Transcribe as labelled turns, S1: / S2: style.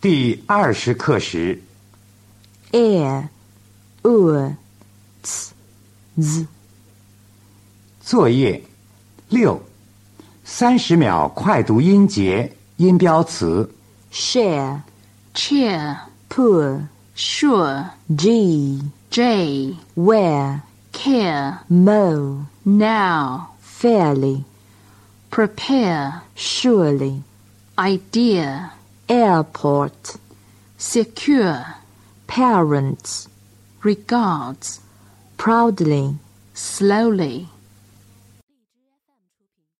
S1: 第二十课时，
S2: air, Er, ur, ts, z,
S1: 作业六，三十秒快读音节、音标词。
S2: share,
S3: cheer,
S2: pour,
S3: sure,
S2: gee,
S3: J,
S2: where,
S3: care,
S2: mo,
S3: now,
S2: fairly,
S3: prepare,
S2: surely,
S3: idea,
S2: airport,
S3: secure,
S2: parents,
S3: regards,
S2: proudly,
S3: slowly,